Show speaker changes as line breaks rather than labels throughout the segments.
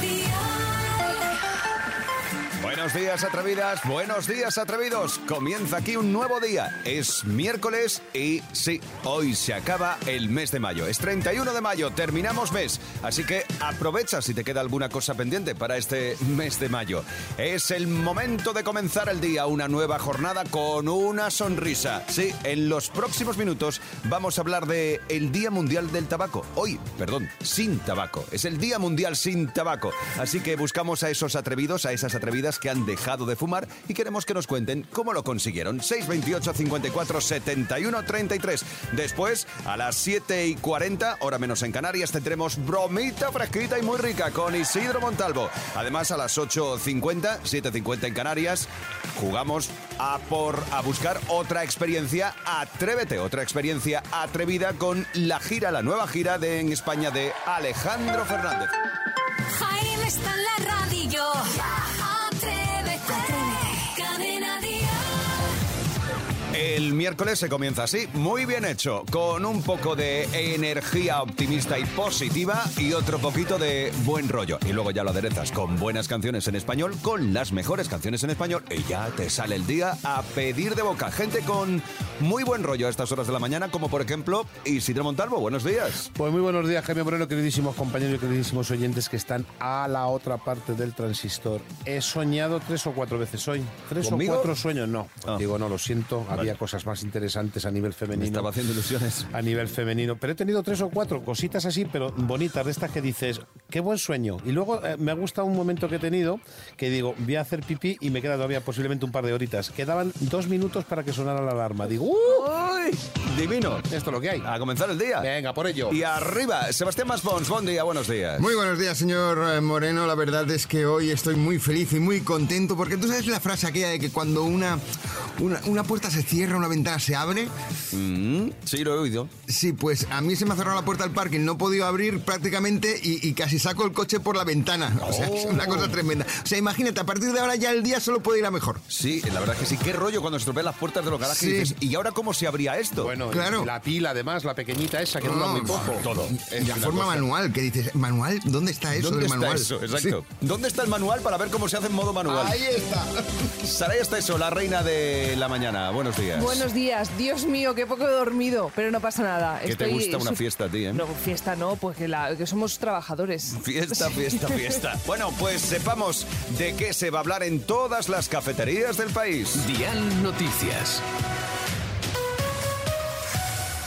Dial. Buenos días, atrevidas. Buenos días, atrevidos. Comienza aquí un nuevo día. Es miércoles y sí, hoy se acaba el mes de mayo. Es 31 de mayo, terminamos mes. Así que aprovecha si te queda alguna cosa pendiente para este mes de mayo. Es el momento de comenzar el día, una nueva jornada con una sonrisa. Sí, en los próximos minutos vamos a hablar de el Día Mundial del Tabaco. Hoy, perdón, sin tabaco. Es el Día Mundial sin tabaco. Así que buscamos a esos atrevidos, a esas atrevidas que han dejado de fumar y queremos que nos cuenten cómo lo consiguieron. 628 54 71 33. Después, a las 7 y 40, hora menos en Canarias, tendremos bromita fresquita y muy rica con Isidro Montalvo. Además, a las 8.50, 7.50 en Canarias, jugamos a, por, a buscar otra experiencia Atrévete, otra experiencia atrevida con la gira, la nueva gira de, en España de Alejandro Fernández.
Jaime está en la radio. Atrévete.
El miércoles se comienza así, muy bien hecho, con un poco de energía optimista y positiva y otro poquito de buen rollo. Y luego ya lo aderezas con buenas canciones en español, con las mejores canciones en español y ya te sale el día a pedir de boca. Gente con muy buen rollo a estas horas de la mañana, como por ejemplo Isidro Montalvo, buenos días.
Pues muy buenos días, Jaime Moreno, queridísimos compañeros y queridísimos oyentes que están a la otra parte del transistor. He soñado tres o cuatro veces hoy. Tres
¿Conmigo?
o cuatro sueños, no.
Ah.
Digo, no, lo siento, había cosas más interesantes a nivel femenino.
Me estaba haciendo ilusiones.
A nivel femenino. Pero he tenido tres o cuatro cositas así, pero bonitas, de estas que dices, qué buen sueño. Y luego eh, me ha gustado un momento que he tenido que digo, voy a hacer pipí y me queda todavía posiblemente un par de horitas. Quedaban dos minutos para que sonara la alarma. Digo, ¡uh!
¡Uy! Divino.
Esto es lo que hay.
A comenzar el día.
Venga, por ello.
Y arriba, Sebastián Maspons, buen día, buenos días.
Muy buenos días, señor eh, Moreno. La verdad es que hoy estoy muy feliz y muy contento porque tú sabes la frase aquella de que cuando una, una, una puerta se cierra, una ventana se abre.
Mm, sí, lo he oído.
Sí, pues a mí se me ha cerrado la puerta del parking, no he podido abrir prácticamente y, y casi saco el coche por la ventana. O sea, es una cosa tremenda. O sea, imagínate, a partir de ahora ya el día solo puede ir a mejor.
Sí, la verdad es que sí. Qué rollo cuando estropeas las puertas de los garajes
Sí.
y dices, ¿y ahora cómo se abría esto?
Bueno,
Claro.
la pila además, la pequeñita esa que dura
No,
Ah,
muy poco.
todo.
Es
la
una
forma
cosa.
manual, que dices, ¿manual? ¿Dónde está eso
¿Dónde
del
está
manual?
eso? Exacto. ¿Dónde está el manual para ver cómo se hace en modo
Sí.
manual?
Ahí está.
Saray Esteso, la reina de la mañana. Buenos días.
Buenos días, Dios mío, qué poco he dormido, pero no pasa nada.
Que te
Estoy
gusta una
su-
fiesta a ti, ¿eh?
No, fiesta no, pues que, la- que somos trabajadores.
Fiesta, fiesta, fiesta. Bueno, pues sepamos de qué se va a hablar en todas las cafeterías del país.
Dial Noticias.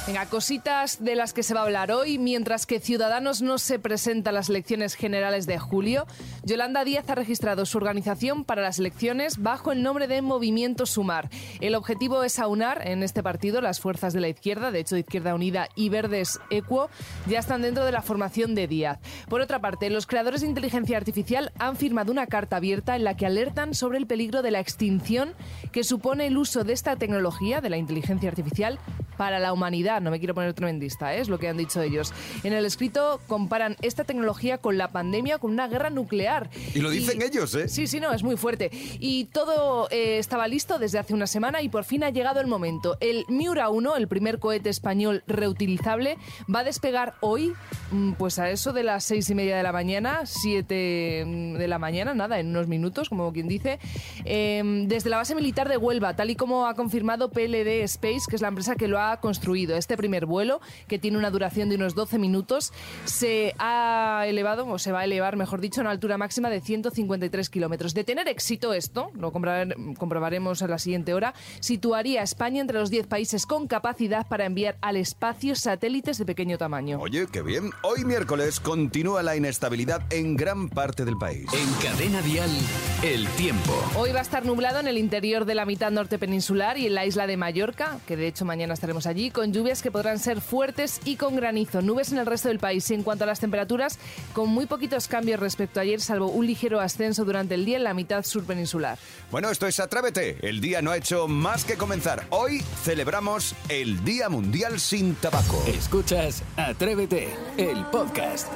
Venga, cositas de las que se va a hablar hoy. Mientras que Ciudadanos no se presenta a las elecciones generales de julio, Yolanda Díaz ha registrado su organización para las elecciones bajo el nombre de Movimiento Sumar. El objetivo es aunar en este partido las fuerzas de la izquierda, de hecho Izquierda Unida y Verdes Equo, ya están dentro de la formación de Díaz. Por otra parte, los creadores de inteligencia artificial han firmado una carta abierta en la que alertan sobre el peligro de la extinción que supone el uso de esta tecnología, de la inteligencia artificial, para la humanidad. No me quiero poner tremendista, ¿eh? es lo que han dicho ellos. En el escrito comparan esta tecnología con la pandemia, con una guerra nuclear.
Y lo dicen ellos, ¿eh?
Sí, sí, no, es muy fuerte. Y todo eh, estaba listo desde hace una semana y por fin ha llegado el momento. El Miura 1, el primer cohete español reutilizable, va a despegar hoy, mm, pues a eso de las seis y media de la mañana, siete mm, de la mañana, nada, en unos minutos, como quien dice, eh, desde la base militar de Huelva, tal y como ha confirmado PLD Space, que es la empresa que lo ha construido. Este primer vuelo, que tiene una duración de unos 12 minutos, se ha elevado, o se va a elevar, mejor dicho, a una altura máxima de 153 kilómetros. De tener éxito esto, lo comprobar- comprobaremos a la siguiente hora, situaría a España entre los 10 países con capacidad para enviar al espacio satélites de pequeño tamaño.
Oye, qué bien. Hoy miércoles continúa la inestabilidad en gran parte del país.
En Cadena Dial, el tiempo.
Hoy va a estar nublado en el interior de la mitad norte peninsular y en la isla de Mallorca, que de hecho mañana estaremos allí, con lluvias que podrán ser fuertes y con granizo. Nubes en el resto del país. Y en cuanto a las temperaturas, con muy poquitos cambios respecto a ayer, salvo un ligero ascenso durante el día en la mitad sur peninsular.
Bueno, esto es Atrévete. El día no ha hecho más que comenzar. Hoy celebramos el Día Mundial sin Tabaco.
Escuchas Atrévete, el podcast.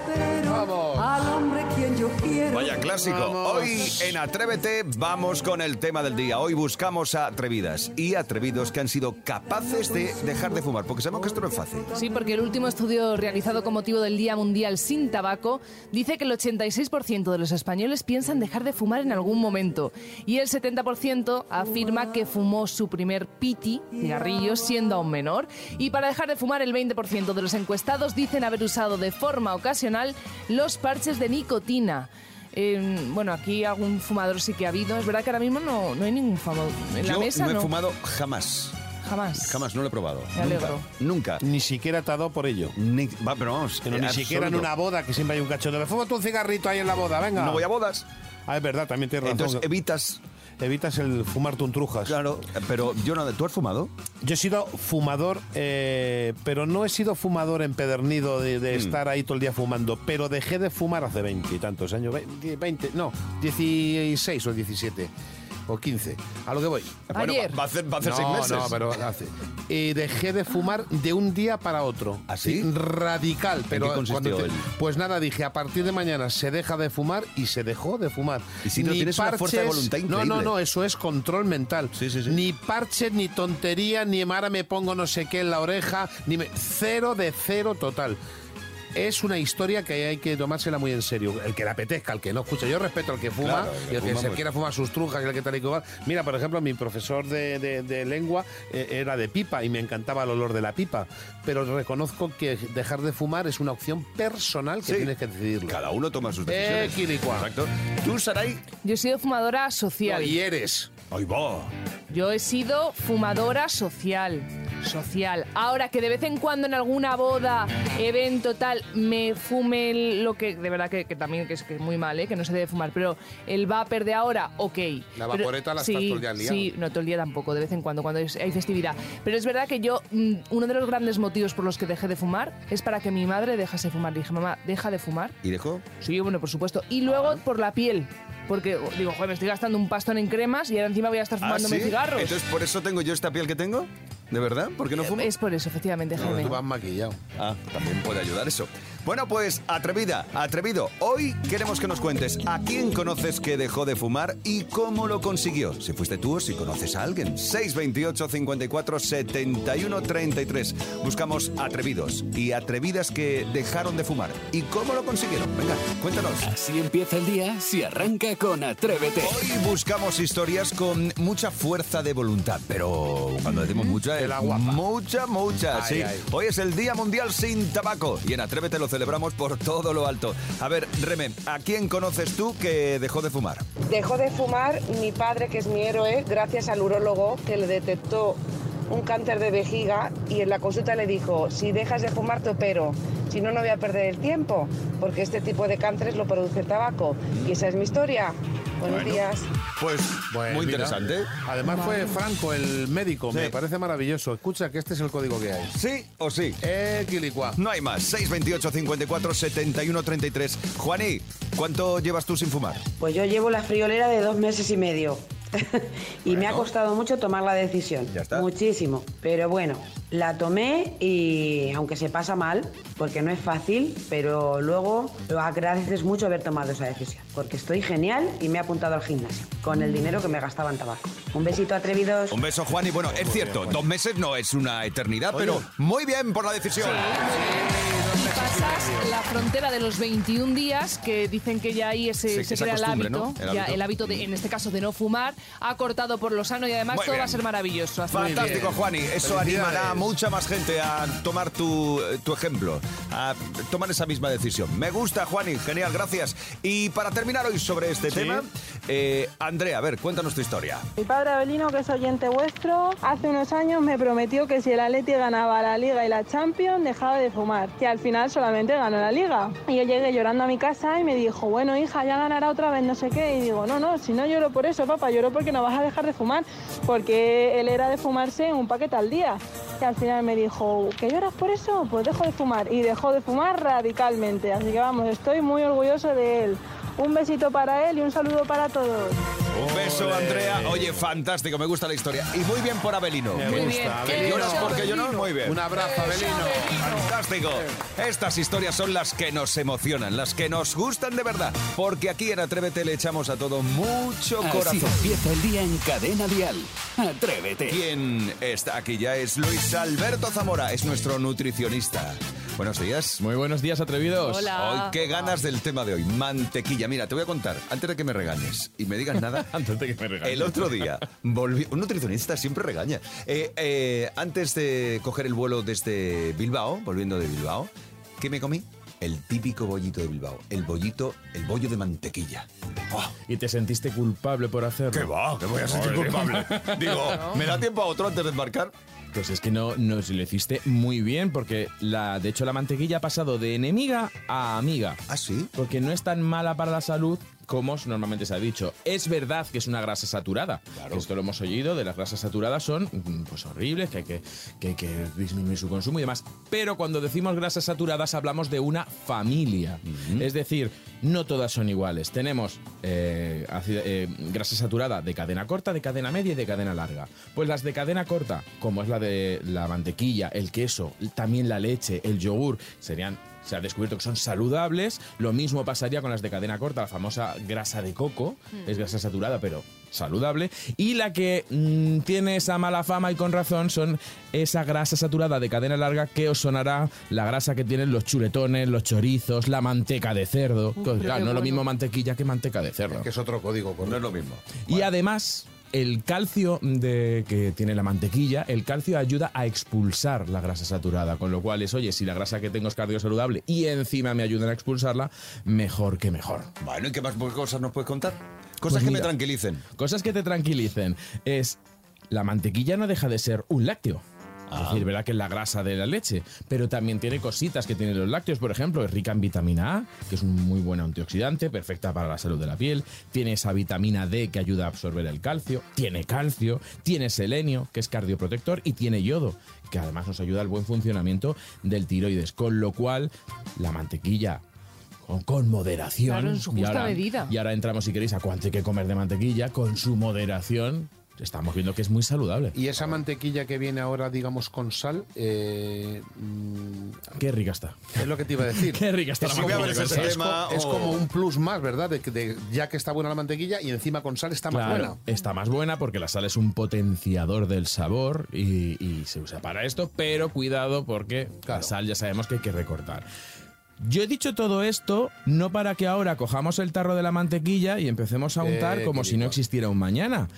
al hombre quien yo quiero.
Vaya clásico. Hoy en Atrévete vamos con el tema del día. Hoy buscamos a atrevidas y atrevidos que han sido capaces de dejar de fumar. Porque Pensamos que esto no es fácil.
Sí, porque el último estudio realizado con motivo del Día Mundial sin Tabaco dice que el 86% de los españoles piensan dejar de fumar en algún momento y el 70% afirma que fumó su primer piti, cigarrillo, siendo aún menor. Y para dejar de fumar, el 20% de los encuestados dicen haber usado de forma ocasional los parches de nicotina. Eh, bueno, aquí algún fumador sí que ha habido. Es verdad que ahora mismo no, no hay ningún fumador en la
Yo
mesa.
no he
no.
fumado jamás.
Jamás.
Jamás, no lo he probado.
Me alegro.
Nunca. Nunca.
Ni siquiera te ha dado por ello.
Ni, va, pero vamos,
Pero
eh,
ni siquiera en
absoluto.
una boda, que siempre hay un cachondeo. Fuma tú un cigarrito ahí en la boda, venga.
No voy a bodas.
Ah, es verdad, también tienes razón.
Entonces evitas.
Evitas el fumar trujas.
Claro, pero yo no. ¿Tú has fumado?
Yo he sido fumador, eh, pero no he sido fumador empedernido de,
Mm.
de estar ahí todo el día fumando. Pero dejé de fumar hace 20 y tantos años. 20, 20, no, 16 o 17 o 15. A lo que voy.
Ayer.
va a hacer, va a hacer
no,
seis meses.
No, pero hace. Y dejé de fumar de un día para otro.
¿Ah, sí?
Radical. Pero
qué consistió
cuando
el-
Pues nada, dije, a partir de mañana se deja de fumar y se dejó de fumar.
Y si no, tienes una fuerza de voluntad
No, no,
increíble.
no, eso es control mental.
Sí, sí, sí.
Ni parches, ni tontería, ni "Em, ahora me pongo no sé qué en la oreja, ni me- cero de cero total. Es una historia que hay que tomársela muy en serio. El que la apetezca, el que no escucha. Yo respeto al que fuma
Claro,
y el que
fuma,
se
pues.
quiera fumar sus trujas y el que tal y cual. Mira, por ejemplo, mi profesor de, de- de lengua eh, era de pipa y me encantaba el olor de la pipa. Pero reconozco que dejar de fumar es una opción personal que
Sí.
tienes que decidirlo.
Cada uno toma sus
Eh,
decisiones.
Quiricua.
Exacto. Tú, Saray.
Yo he sido fumadora social.
Y eres.
Ahí va.
Yo he sido fumadora social. Social. Ahora que de vez en cuando en alguna boda, evento tal, me fume el- lo que de verdad que, que también que es, que es muy mal, ¿eh? que no se debe fumar, pero el vapor de ahora, ok.
La
Pero-
vaporeta la
sí,
estás todo el día liado.
Sí, no todo el día tampoco, de vez en cuando, cuando es- hay festividad. Pero es verdad que yo, mm, uno de los grandes motivos por los que dejé de fumar es para que mi madre dejase fumar. Le dije, mamá, deja de fumar.
¿Y dejó?
Sí, bueno, por supuesto. Y luego por la piel. Porque digo, joder, me estoy gastando un pastón en cremas y ahora encima voy a estar
¿Ah,
fumándome
sí?
cigarros.
Entonces, ¿por eso tengo yo esta piel que tengo? ¿De verdad? ¿Por qué no fumo?
Es por eso, efectivamente, Jaime.
Tú vas maquillado.
Ah, también puede ayudar eso. Bueno, pues atrevida, atrevido. Hoy queremos que nos cuentes a quién conoces que dejó de fumar y cómo lo consiguió. Si fuiste tú o si conoces a alguien. 628 54 71 33. Buscamos atrevidos y atrevidas que dejaron de fumar. ¿Y cómo lo consiguieron? Venga, cuéntanos.
Así empieza el día si arranca con Atrévete.
Hoy buscamos historias con mucha fuerza de voluntad, pero cuando
Mm,
decimos mucha, es
la guapa.
mucha, mucha.
Ay,
sí.
ay.
Hoy es el Día Mundial sin Tabaco y en Atrévete lo celebramos por todo lo alto. A ver, Remen, ¿a quién conoces tú que dejó de fumar?
Dejó de fumar mi padre, que es mi héroe, gracias al urólogo que le detectó un cáncer de vejiga y en la consulta le dijo, si dejas de fumar te opero, si no, no voy a perder el tiempo, porque este tipo de cánceres lo produce el tabaco. Y esa es mi historia. Buenos días.
Pues
Pues
muy
mira,
interesante.
Además fue Franco, el médico.
Sí.
Me parece maravilloso. Escucha que este es el código que hay.
¿Sí o sí?
Eh, Quilicua.
No hay más. 628 54 71 33. Juaní, ¿cuánto llevas tú sin fumar?
Pues yo llevo la friolera de dos meses y medio. y me ha
Bueno.
costado mucho tomar la decisión.
Ya está.
Muchísimo. Pero bueno, la tomé y aunque se pasa mal, porque no es fácil, pero luego lo agradeces mucho haber tomado esa decisión. Porque estoy genial y me he apuntado al gimnasio, con el dinero que me gastaba en tabaco. Un besito atrevidos.
Un beso, Juan. Y bueno,
Pues
es cierto, dos meses no es una eternidad, pero muy bien por la decisión.
Y pasas la frontera de los 21 días, que dicen que ya ahí ese,
Sí,
se
esa
crea el
costumbre,
hábito,
¿no? El
ya,
hábito. Mm.
el hábito de, en este caso, de no fumar, ha cortado por lo sano y además
Muy
todo
bien.
va a ser maravilloso. Así que-
Fantástico, Juani. Eso
Felicidades.
animará a mucha más gente a tomar tu, eh, tu ejemplo, a tomar esa misma decisión. Me gusta, Juani. Genial, gracias. Y para terminar hoy sobre este tema, eh, Andrea, a ver, cuéntanos tu historia.
Mi padre Abelino, que es oyente vuestro, hace unos años me prometió que si el Atleti ganaba la Liga y la Champions, dejaba de fumar, que al final solamente ganó la Liga. Y yo llegué llorando a mi casa y me dijo, bueno hija, ya ganará otra vez no sé qué. Y digo, no, no, si no lloro por eso, papá, lloro porque no vas a dejar de fumar, porque él era de fumarse un paquete al día. Y al final me dijo, ¿que lloras por eso? Pues dejo de fumar. Y dejó de fumar radicalmente. Así que vamos, estoy muy orgulloso de él. Un besito para él y un saludo para todos.
Un beso, Andrea. Oye, fantástico, me gusta la historia. Y muy bien por Abelino.
Me
Muy
gusta.
bien.
Abelino.
¿Lloras porque yo no? Muy bien.
Un abrazo, Abelino.
Fantástico. fantástico. Estas historias son las que nos emocionan, las que nos gustan de verdad, porque aquí en Atrévete le echamos a todo mucho
Así
corazón.
empieza el día en Cadena Dial. Atrévete.
Quien está aquí ya es Luis Alberto Zamora, es nuestro nutricionista. Buenos días.
Muy buenos días, atrevidos.
Ah.
Hoy, qué ganas del tema de hoy. Mantequilla. Mira, te voy a contar, antes de que me regañes y me digas nada.
antes de que me regañes.
El otro día, volví. Un nutricionista siempre regaña. Eh, eh, antes de coger el vuelo desde Bilbao, volviendo de Bilbao, ¿qué me comí? El típico bollito de Bilbao. El bollito, el bollo de mantequilla.
¿Y te sentiste culpable por hacerlo?
¿Qué
Oh,
va? Que voy a sentir
Madre.
culpable. Digo, ¿me da tiempo a otro antes de embarcar?
Pues es que no, no si lo hiciste muy bien, porque la, de hecho la mantequilla ha pasado de enemiga a amiga.
¿Ah, sí?
Porque no es tan mala para la salud como normalmente se ha dicho. Es verdad que es una grasa saturada. que Esto lo hemos oído, de las grasas saturadas son mm, pues horribles, que hay que, que hay que disminuir su consumo y demás. Pero cuando decimos grasas saturadas hablamos de una familia. Es decir, no todas son iguales. Tenemos eh, ácido- eh, grasa saturada de cadena corta, de cadena media y de cadena larga. Pues las de cadena corta, como es la de la mantequilla, el queso, también la leche, el yogur, serían se ha descubierto que son saludables. Lo mismo pasaría con las de cadena corta, la famosa grasa de coco. Es grasa saturada, pero saludable. Y la que mm, tiene esa mala fama y con razón son esa grasa saturada de cadena larga que os sonará la grasa que tienen los chuletones, los chorizos, la manteca de cerdo.
Uh,
Que, claro,
pero qué
no es lo
bueno.
mismo mantequilla que manteca de cerdo.
Que es otro código,
No es lo mismo.
Y además, el calcio de, que tiene la mantequilla, el calcio ayuda a expulsar la grasa saturada. Con lo cual es, oye, si la grasa que tengo es cardio saludable y encima me ayudan a expulsarla, mejor que mejor.
Bueno, ¿y qué más cosas nos puedes contar? Cosas
Pues
que me tranquilicen.
Cosas que te tranquilicen. Es, la mantequilla no deja de ser un lácteo. Es decir, ¿verdad? Que es la grasa de la leche. Pero también tiene cositas que tienen los lácteos, por ejemplo. Es rica en vitamina A, que es un muy buen antioxidante, perfecta para la salud de la piel. Tiene esa vitamina D que ayuda a absorber el calcio. Tiene calcio. Tiene selenio, que es cardioprotector. Y tiene yodo, que además nos ayuda al buen funcionamiento del tiroides. Con lo cual, la mantequilla con, con moderación.
Claro, en su justa
ahora-
medida.
Y ahora entramos, si queréis, a cuánto hay que comer de mantequilla con su moderación. Estamos viendo que es muy saludable.
Y esa mantequilla que viene ahora, digamos, con sal, eh, mm,
Qué rica está.
es lo que te iba a decir.
Qué rica está la
como-
mantequilla con sal.
es, co- es
oh.
o-
como un plus más, ¿verdad? De, de- ya que está buena la mantequilla y encima con sal está más
Claro,
buena.
está más buena porque la sal es un potenciador del sabor y, y se usa para esto, pero cuidado porque la sal ya sabemos que hay que recortar. Yo he dicho todo esto no para que ahora cojamos el tarro de la mantequilla y empecemos a untar
Eh,
como
qué
si no
rico.
existiera un mañana.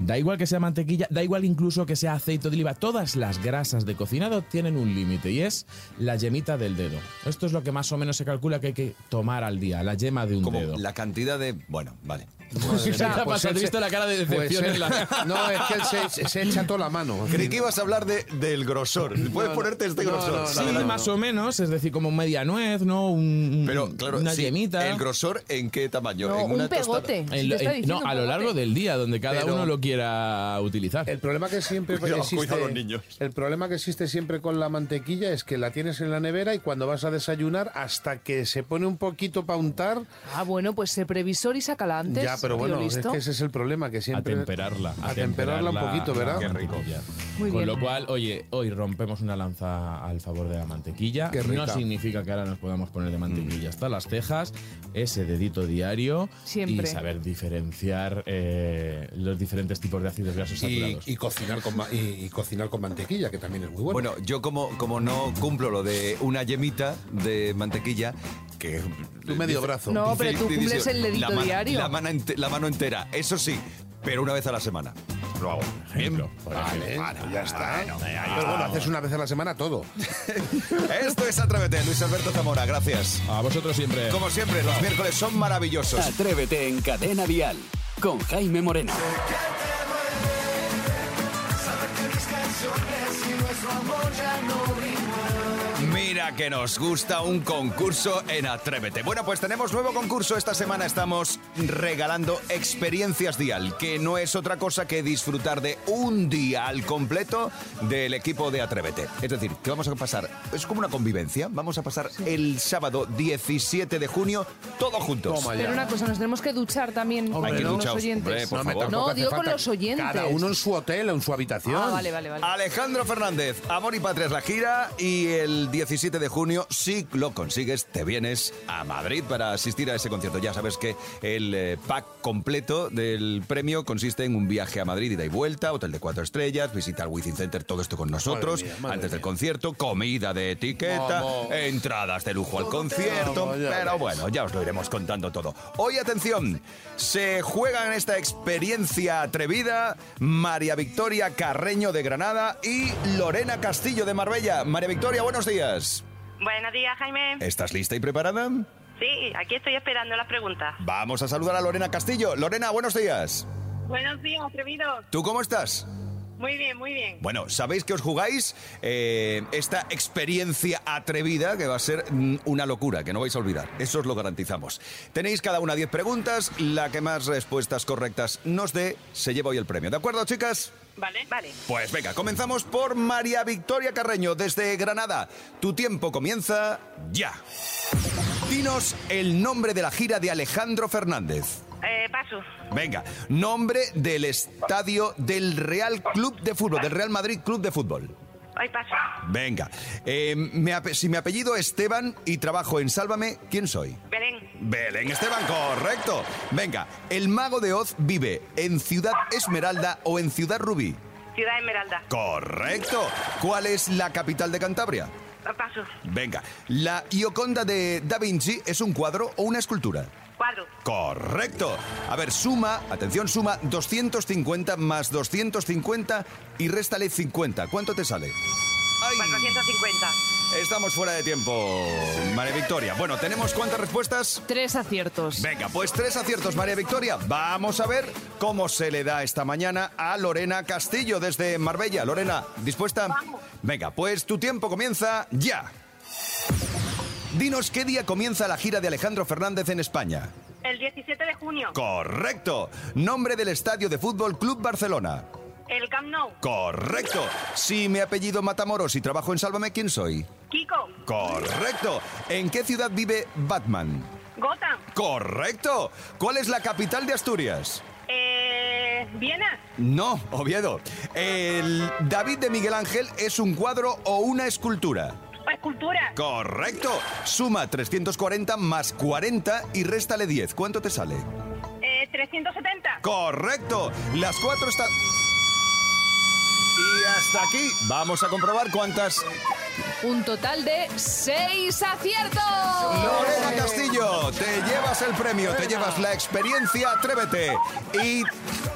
Da igual que sea mantequilla, da igual incluso que sea aceite de oliva. Todas las grasas de cocinado tienen un límite y es la yemita del dedo. Esto es lo que más o menos se calcula que hay que tomar al día, la yema de un
Como
dedo.
la cantidad de. Bueno, vale.
¿Qué te ha
Pues
pasado?
él
¿Te he visto
se-
la cara de decepción
pues
en
él-
la-
No, es que él se, se echa toda la mano.
Creí que ibas a hablar de, del grosor. Puedes
No, no.
ponerte este
No,
grosor.
no, no,
Sí,
Adelante.
más o menos, es decir, como media nuez, ¿no? Un-
Pero, claro,
una
sí,
yemita.
¿El grosor en qué tamaño?
No,
¿En
un
una tostada?
pegote.
En
Si te
lo- en-
está diciendo
no, a
un
lo
pegote.
largo del día, donde cada
Pero-
uno lo quiera utilizar.
El problema que siempre
Cuidado,
existe,
cuidado, niños.
el problema que existe siempre con la mantequilla es que la tienes en la nevera y cuando vas a desayunar hasta que se pone un poquito para untar,
Ah, bueno, pues se previsor y sácala antes.
ya, pero
tío,
bueno, es
listo.
que ese es el problema que siempre
Atemperarla.
a temperarla un poquito, ¿verdad?
la mantequilla.
Muy
Con
bien.
lo cual, oye, hoy rompemos una lanza al favor de la mantequilla.
Qué rica.
No significa que ahora nos podamos poner de mantequilla hasta las cejas, ese dedito diario
Siempre.
y saber diferenciar eh, los diferentes tipos de ácidos grasos
Y,
saturados.
y cocinar con ma- y, y cocinar con mantequilla, que también es muy bueno.
Bueno, yo como, como no cumplo lo de una yemita de mantequilla, que...
Tú medio brazo.
No, pero
Dice-
tú
dice-
cumples el dedito
la mano-
diario.
La mano, ente- la mano entera, eso sí, pero una vez a la semana. Lo hago.
Ejemplo, por
Vale, ya está. pero bueno, haces una vez a la semana todo.
Esto es Atrévete, Luis Alberto Zamora, gracias.
A vosotros siempre.
Como siempre, los miércoles son maravillosos.
Atrévete en Cadena Dial con Jaime Moreno.
Mira que nos gusta un concurso en Atrévete. Bueno, pues tenemos nuevo concurso. Esta semana estamos regalando experiencias dial, que no es otra cosa que disfrutar de un día al completo del equipo de Atrévete. Es decir, que vamos a pasar, es como una convivencia, vamos a pasar el sábado 17 de junio todos juntos.
Toma
Pero
ya.
una cosa, nos tenemos que duchar también
Hombre,
con
no.
los
Duchaos,
oyentes.
hombre, por
me
favor.
tampoco
No,
hace
digo con
falta.
los oyentes.
Cada uno en su hotel o en su habitación.
Ah, vale, vale, vale.
Alejandro Fernández, Amor y Patria es la gira y el 17 17 de junio. Si lo consigues, te vienes a Madrid para asistir a ese concierto. Ya sabes que el eh, pack completo del premio consiste en un viaje a Madrid, ida y vuelta, hotel de cuatro estrellas, visitar Wizzing Center, todo esto con nosotros,
mía, madre
antes del concierto, comida de etiqueta,
Vamos.
entradas de lujo al
Todo te
concierto.
vamos, ya
pero
ves.
bueno, ya os lo iremos contando todo. Hoy, atención, se juega en esta experiencia atrevida María Victoria Carreño de Granada y Lorena Castillo de Marbella. María Victoria, buenos días.
Buenos días, Jaime.
¿Estás lista y preparada?
Sí, aquí estoy esperando las preguntas.
Vamos a saludar a Lorena Castillo. Lorena, buenos días.
Buenos días, atrevidos.
¿Tú cómo estás?
Muy bien, muy bien.
Bueno, sabéis que os jugáis eh, esta experiencia atrevida que va a ser mm, una locura, que no vais a olvidar. Eso os lo garantizamos. Tenéis cada una 10 preguntas. La que más respuestas correctas nos dé se lleva hoy el premio. ¿De acuerdo, chicas?
Vale, vale.
Pues venga, comenzamos por María Victoria Carreño desde Granada. Tu tiempo comienza ya. Dinos el nombre de la gira de Alejandro Fernández.
Eh, paso.
Venga, nombre del estadio del Real Club de Fútbol, del Real Madrid Club de Fútbol.
Hoy paso.
Venga, eh, me ape- si mi apellido es Esteban y trabajo en Sálvame, ¿quién soy?
Belén.
Belén Esteban, correcto. Venga, ¿el mago de Oz vive en Ciudad Esmeralda o en Ciudad Rubí?
Ciudad Esmeralda.
Correcto. ¿Cuál es la capital de Cantabria?
Hoy paso.
Venga, ¿la Gioconda de Da Vinci es un cuadro o una escultura?
Cuadro.
Correcto. A ver, suma, atención, suma 250 más 250 y réstale 50. ¿Cuánto te sale?
450.
Estamos fuera de tiempo, María Victoria. Bueno, ¿tenemos cuántas respuestas?
Tres aciertos.
Venga, pues tres aciertos, María Victoria. Vamos a ver cómo se le da esta mañana a Lorena Castillo desde Marbella. Lorena, ¿dispuesta? Venga, pues tu tiempo comienza ya. Dinos qué día comienza la gira de Alejandro Fernández en España.
El 17 de junio.
Correcto. Nombre del estadio de fútbol Club Barcelona.
El Camp Nou.
Correcto. Si mi apellido Matamoros y trabajo en Sálvame, ¿quién soy?
Kiko.
Correcto. ¿En qué ciudad vive Batman?
Gotham.
Correcto. ¿Cuál es la capital de Asturias?
Eh, Viena.
No, Oviedo. El David de Miguel Ángel es un cuadro o una escultura.
Escultura.
Correcto. Suma 340 más 40 y réstale 10. ¿Cuánto te sale?
Eh, 370.
Correcto. Las cuatro están... Y hasta aquí. Vamos a comprobar cuántas...
Un total de seis aciertos.
Lorena Castillo, te llevas el premio, te llevas la experiencia, atrévete. Y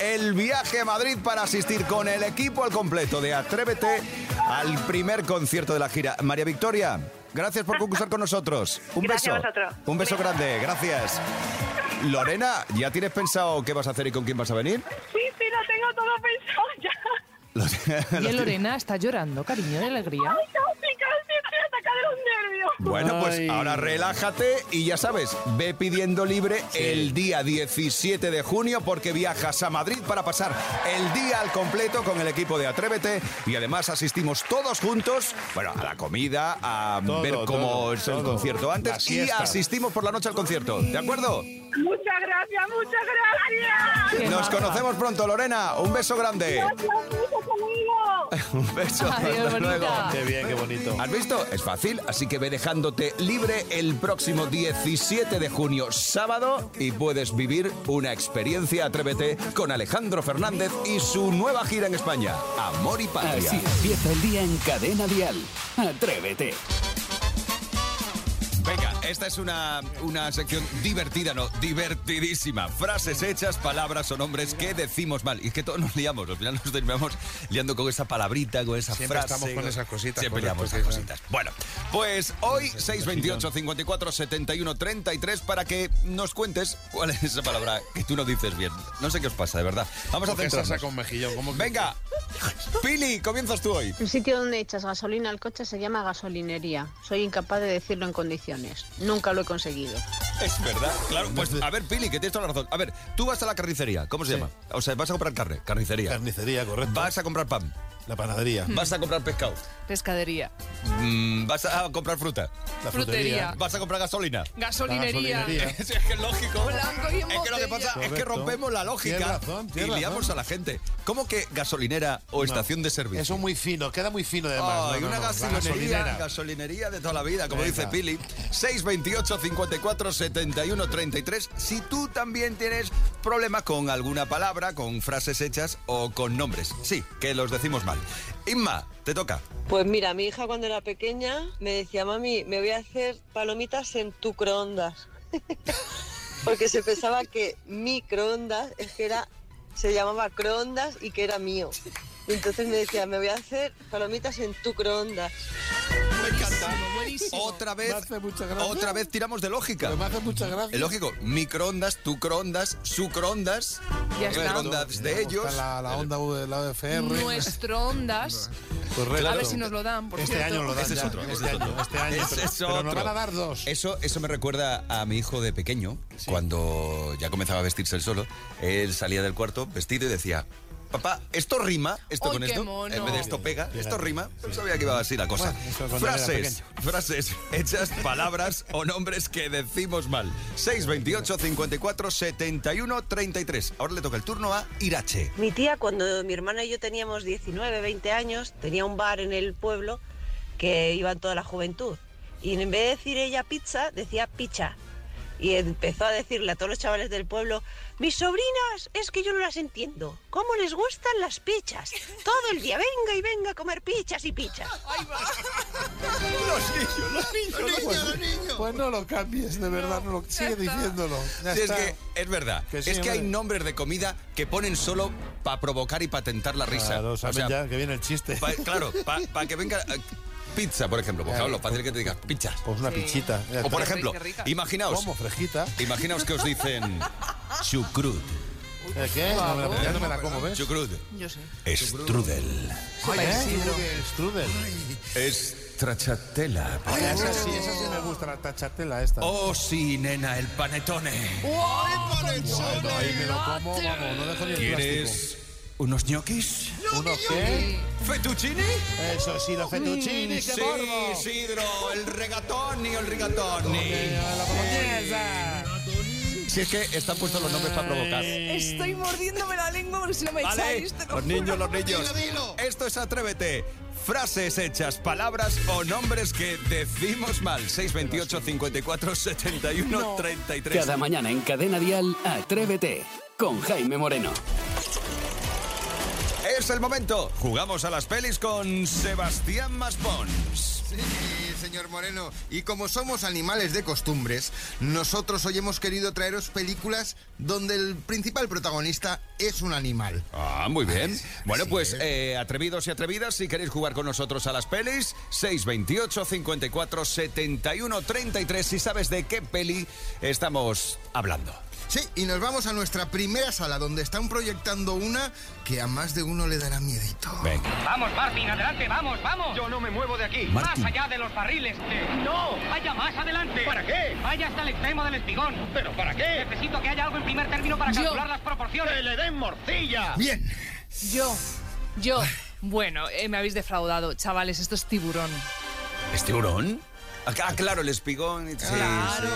el viaje a Madrid para asistir con el equipo al completo de Atrévete al primer concierto de la gira. María Victoria, gracias por concursar con nosotros. Un
Gracias a
beso.
vosotros.
Un beso grande, gracias. Lorena, ¿ya tienes pensado qué vas a hacer y con quién vas a venir?
Sí, sí, lo tengo todo pensado ya.
Y Lorena está llorando, cariño, de alegría.
Ay, casi, casi estoy atacada de los nervios.
Bueno, pues ahora relájate y ya sabes, ve pidiendo libre el día 17 de junio porque viajas a Madrid para pasar el día al completo con el equipo de Atrévete y además asistimos todos juntos, bueno, a la comida, a
Todo,
ver cómo
todo,
es el
todo.
concierto
La
antes y
siesta.
asistimos por la noche al concierto, ¿de acuerdo?
Muchas gracias, muchas gracias.
Nos conocemos pronto, Lorena. Un beso grande.
Gracias, mucho conmigo.
Un beso.
Adiós,
Hasta luego.
bonita.
Qué bien, qué bonito.
¿Has visto? Es fácil, así que ve dejándote libre el próximo 17 de junio, sábado, y puedes vivir una experiencia Atrévete con Alejandro Fernández y su nueva gira en España, Amor y Patria.
Así empieza el día en Cadena Dial. Atrévete.
Venga, esta es una, una sección divertida, no, divertidísima. Frases hechas, palabras o nombres que decimos mal. Y es que todos nos liamos, al final nos terminamos liando con esa palabrita, con esa
Siempre
frase.
estamos con esas cositas,
Siempre
con las
liamos esas
cositas.
cositas. Bueno, pues hoy 628 54 71 33 para que nos cuentes cuál es esa palabra que tú no dices bien. No sé qué os pasa, de verdad. Vamos a
¿Por qué se
centrarnos.
saca un mejillón? ¿Cómo que-
Venga, Pili, comienzas tú hoy.
Un sitio donde echas gasolina al coche se llama gasolinería. Soy incapaz de decirlo en condiciones. Nunca lo he conseguido.
Es verdad, claro. Pues a ver, Pili, que tienes toda la razón. A ver, tú vas a la carnicería, ¿cómo se llama? O sea, vas a comprar carne, carnicería. Carnicería, correcto. Vas a comprar pan,
La panadería.
Mm.
Vas a comprar pescado.
Pescadería.
Mm, vas a comprar fruta.
La frutería. frutería.
Vas a comprar gasolina.
Gasolinería. Gasolinería.
Sí, es que es lógico.
Blanco y en
es que lo que
botella.
pasa es que
Correcto.
rompemos la lógica
Tienes razón,
y
tienes
liamos
razón.
a la gente. ¿Cómo que gasolinera o estación de servicio?
Eso muy fino, queda muy fino además.
Ay,
No, no,
una
no, la
gasolinería,
gasolinera.
gasolinería de toda la vida, como
Venga.
dice Pili. 628 54 71 33. Si tú también tienes problemas con alguna palabra, con frases hechas o con nombres. Sí, que los decimos mal. Inma, te toca.
Pues mira, mi hija cuando era pequeña me decía, mami, me voy a hacer palomitas en tu croondas. Porque se pensaba que microondas es que era, se llamaba croondas y que era mío. Y entonces me decía, me voy a hacer palomitas en tu croondas.
Otra vez, otra vez tiramos de lógica.
Me hace mucha gracia.
Es lógico, microondas, tu croondas, su croondas,
Ya está.
microondas de ellos.
La, la onda de la UFR.
Nuestro ondas.
Correcto.
A ver si nos lo dan, por
Este
cierto.
año lo dan
Ese es
ya,
otro.
este
ese es
año,
otro.
este año,
Ese
pero-
es
pero nos
otro.
van a dar dos.
Eso, eso me recuerda a mi hijo de pequeño, cuando ya comenzaba a vestirse él solo. Él salía del cuarto vestido y decía. Papá, esto rima, esto
¡Ay,
con
qué
esto,
mono!
en vez de esto pega, esto
Fíjate,
rima, Yo sabía que iba así la cosa.
Bueno, eso cuando era
frases, frases hechas, palabras o nombres que decimos mal. 628 54 71 33. Ahora le toca el turno a Irache.
Mi tía, cuando mi hermana y yo teníamos 19, 20 años, tenía un bar en el pueblo que iba toda la juventud. Y en vez de decir ella pizza, decía picha. Y empezó a decirle a todos los chavales del pueblo, mis sobrinas, es que yo no las entiendo. ¿Cómo les gustan las pichas? Todo el día, venga y venga a comer pichas y pichas.
Los niños, pues, pues no lo cambies, de verdad, no lo, sigue diciéndolo. Ya
Si es
está.
que es verdad,
Que sí,
es que hay
hombre.
nombres de comida que ponen solo para provocar y patentar la risa.
Claro,
O
saben
sea,
ya que viene el chiste.
pa- claro, para que venga eh, pizza, por ejemplo. Pues
Ya,
claro, lo fácil que te digas, pizzas.
Pues una pichita. ya
O por
está.
ejemplo, imaginaos,
¿Cómo? Frejita.
imaginaos que os dicen chucrut.
¿El ¿Eh, qué? No me la, ya no me la como, ¿ves?
Chucrut.
Yo sé.
Strudel.
Ay,
Ay,
¿eh?
Isidro.
Strudel.
Es trachatela.
Ay, esa sí, esa sí me gusta, la tachatela esta.
Oh, sí, nena, el panetone.
Ahí me lo como, vamos, no dejo ni el plástico.
¿Quieres unos ñoquis?
¿Uno qué?
¿Fettuccini?
Eso sí, los fettuccini, qué
Sí,
morbo.
Isidro, el regatoni, el rigatoni. Si es que están puestos los nombres para provocar.
Estoy mordiéndome la lengua porque si no me
¿Vale?
echáis. te lo
Los
juro.
niños, los niños. Esto es Atrévete. Frases hechas, palabras o nombres que decimos mal. 628 54 71 33.
Cada mañana en Cadena Dial, Atrévete con Jaime Moreno.
Es el momento. Jugamos a las pelis con Sebastián Maspons.
Sí, señor Moreno. Y como somos animales de costumbres, nosotros hoy hemos querido traeros películas donde el principal protagonista es un animal.
Ah, muy bien. Bueno,
Así
pues
es.
eh, atrevidos y atrevidas, si queréis jugar con nosotros a las pelis, 628 54 71 33. Si sabes de qué peli estamos hablando.
Sí, y nos vamos a nuestra primera sala donde están proyectando una que a más de uno le dará miedito.
Venga.
Vamos, Martin, adelante, vamos, vamos. Yo no me muevo de aquí.
Martin.
Más allá de los barriles. No, vaya más adelante. ¿Para qué? Vaya hasta el extremo del espigón. ¿Pero para qué? Necesito que haya algo en primer término para calcular las proporciones. ¡Que le den morcilla!
Bien.
Yo, yo. Bueno, eh, me habéis defraudado, chavales. Esto es tiburón.
¿Es tiburón? Ah, claro, el espigón. y- Sí, sí.
Claro,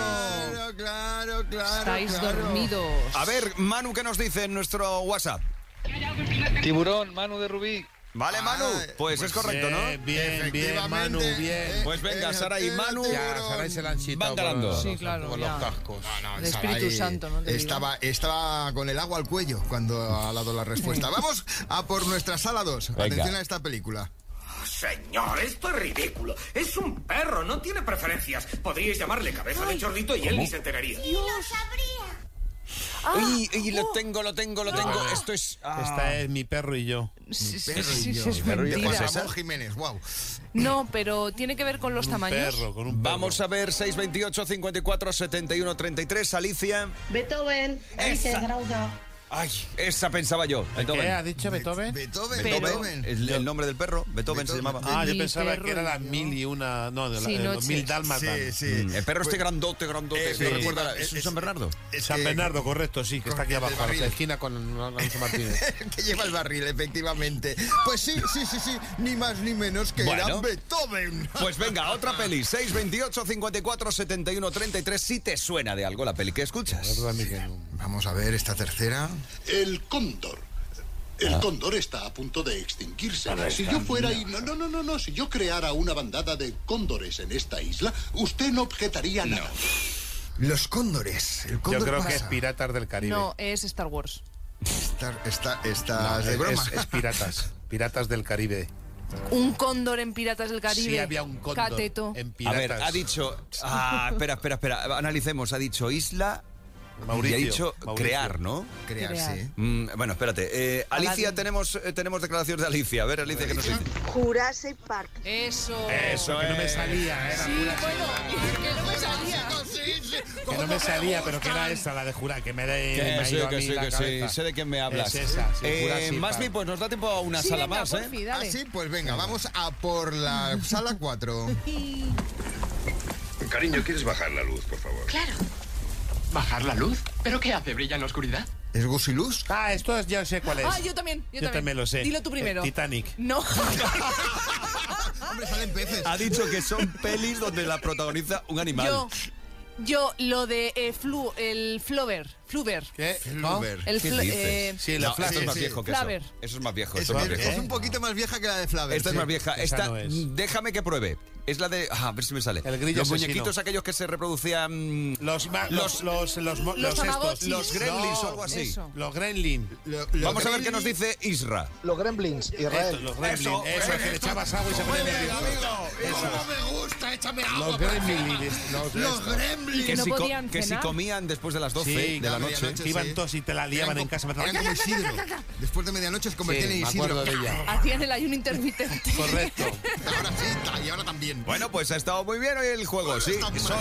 claro, claro.
Estáis
claro.
dormidos.
A ver, Manu, ¿qué nos dice en nuestro WhatsApp?
Tiburón, mano de Rubí.
Vale, Manu.
Ah,
Pues, es correcto, ¿no?
eh,
Bien, bien, bien, Manu,
Efectivamente,
bien.
Pues venga, Sara y Manu
Ya, Saray se la han
van
chitado
ganando.
con-
Sí, claro,
con
ya.
los cascos.
No, no,
El
estaba
Espíritu
ahí.
Santo, ¿no? Te digo.
Estaba, estaba con el agua al cuello cuando ha dado la respuesta. Vamos a por nuestra sala 2.
Venga.
Atención a esta película.
Señor, esto es ridículo. Es un perro, no tiene preferencias. Podríais llamarle cabeza de chorrito y él ni se enteraría.
Uy, uy,
Ah.
lo tengo, lo tengo, lo tengo. Esto es. ah.
Esta es mi perro y yo.
Sí, sí,
Perro y
sí,
yo.
sí, es
Perro y yo.
Juan
mentira.
Pues esa.
Ramón Jiménez, wow.
No, pero tiene que ver con los
Un
tamaños.
perro, con un perro.
Vamos a ver 628 54 71 33 Alicia.
Beethoven,
Esa.
Alicia Grauda.
Ay, esa pensaba yo. Beethoven.
¿Qué ha dicho
¿Eh?
Beethoven?
Beethoven,
Beethoven. El, el nombre del perro, Beethoven, se llamaba.
Ah, yo pensaba que era las mil y una. No, de la,
Sí,
de los
noches.
mil dálmatas.
Sí, sí. Mm. El perro
Pues-
este
Pues
grandote, grandote,
Eh,
¿no recuerda? ¿Es un
un
San Bernardo?
San
Eh,
Bernardo, correcto, sí, que está aquí
el
abajo, a
barril.
la esquina con Alonso Martínez.
que lleva el barril, efectivamente. Pues sí, sí, sí, sí, ni más ni menos que era
Bueno.
Beethoven.
Pues venga, otra peli. 628 54 71 33. Si te suena de algo la peli que escuchas.
Vamos a ver esta tercera.
El cóndor. El
Ah.
cóndor está a punto de extinguirse.
Ahora
Si
está,
yo fuera
mira.
y no, no, no, no, no, si yo creara una bandada de cóndores en esta isla, usted no objetaría nada.
Los cóndores. El cóndor
creo que
pasa.
es Piratas del Caribe.
No, es Star Wars.
Está, está,
No,
estás Ah, de
es-
broma.
Es, es Piratas. Piratas del Caribe.
Un cóndor en Piratas del Caribe.
Sí, había un cóndor
Cateto.
en
A ver, ha dicho. Ah, espera, espera, espera. Analicemos. Ha dicho isla.
Mauricio,
y ha dicho
Mauricio.
crear, ¿no?
Crear, Crear. sí.
Mm, bueno, espérate. Eh, Alicia, tenemos, eh, tenemos declaraciones de Alicia. A ver, Alicia, ¿qué nos dice?
Jurassic Park.
Eso.
Eso, que no me salía. eh, Era Jurassic
que no me salía.
Que no me salía, pero que era esa, la de Jura, que me da.
Que
me ha
sí,
ido a
que
mí
sí,
la
que sí.
cabeza.
Sé de quién me hablas.
Es esa, sí,
Eh,
Jurassic
más
Park.
bien, pues nos da tiempo a una
Sí,
sala
venga,
más, ¿eh?
porfi, dale. Ah, sí, pues venga, vamos a por la sala 4.
Cariño, ¿quieres bajar la luz, por favor?
Claro.
¿Bajar la luz? ¿Pero qué hace? ¿Brilla en la oscuridad?
¿Es Gusiluz?
Ah, esto es- ya sé cuál es.
Ah, yo también, yo,
Yo también lo sé.
Dilo tú primero.
Eh, Titanic.
No.
Hombre, salen peces.
Ah,
Ha dicho que son pelis donde la protagoniza un animal.
Yo, yo lo de eh, flu, el flover, fluver.
¿Qué?
¿Qué
El fl-
dices?
eh,
sí, la
No,
Flash
sí,
es más
sí.
viejo que
Flaver.
eso. Eso es más
pues
viejo.
Es,
Eso es más
es-
viejo.
es un poquito más vieja que la de
¿Eh?
Flaver.
Este
Esta
sí.
es más vieja. Esta, déjame que pruebe. Es la de. ah, a ver si me sale.
grillo
Los
asesino.
muñequitos aquellos que se reproducían.
Los, ma- los, los, los, mo-
los
los estos.
Tamagotchis. Los gremlins o algo así. Eso.
Los gremlins.
Vamos a ver qué nos dice Isra.
Los gremlins,
Israel.
los gremlins. Eso,
Eso,
es que le echabas agua y se ponía nervioso.
me gusta! ¡Échame agua!
Los gremlins. Los,
Los gremlins.
Que,
Que no
si co-
podían
que si
cenar.
comían después de las 12
Sí,
de la
a
noche.
medianoche, Que iban sí. todos y te la liaban
Eran
en casa, me
Eran como
trataban-
Isidro. Después de medianoche se convertían
Sí,
en
me
Isidro.
acuerdo de ella.
Hacían el ayuno intermitente.
Correcto.
Y ahora también.
Bueno, pues ha estado muy bien hoy el juego, sí. Son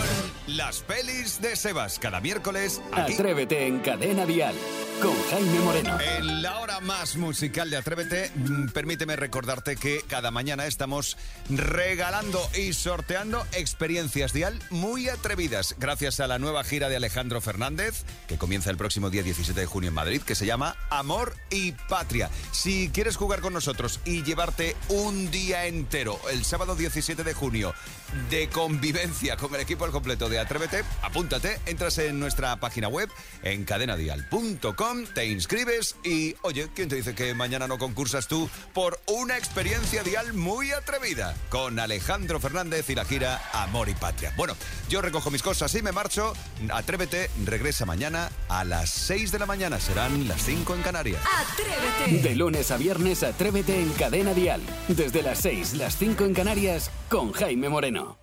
las pelis de Sebas cada miércoles.
Ah,
Aquí.
Atrévete en Cadena Dial con Jaime Moreno.
Eh.
En la hora más musical de Atrévete, mm, permíteme recordarte que cada mañana estamos regalando y sorteando experiencias dial muy atrevidas gracias a la nueva gira de Alejandro Fernández que comienza el próximo día 17 de junio en Madrid que se llama Amor y Patria. Si quieres jugar con nosotros y llevarte un día entero el sábado 17 de junio de convivencia con el equipo al completo de Atrévete, apúntate, entras en nuestra página web en cadenadial.com, te inscribes y oye, ¿quién te dice que mañana no concursas tú por una experiencia dial muy atrevida con Alejandro Fernández y la gira Amor y Patria? Bueno, yo recojo mis cosas y me marcho. Atrévete regresa mañana a las 6 de la mañana, serán las 5 en Canarias.
De lunes a viernes, atrévete en Cadena Dial. Desde las 6, las 5 en Canarias, con Jaime Moreno.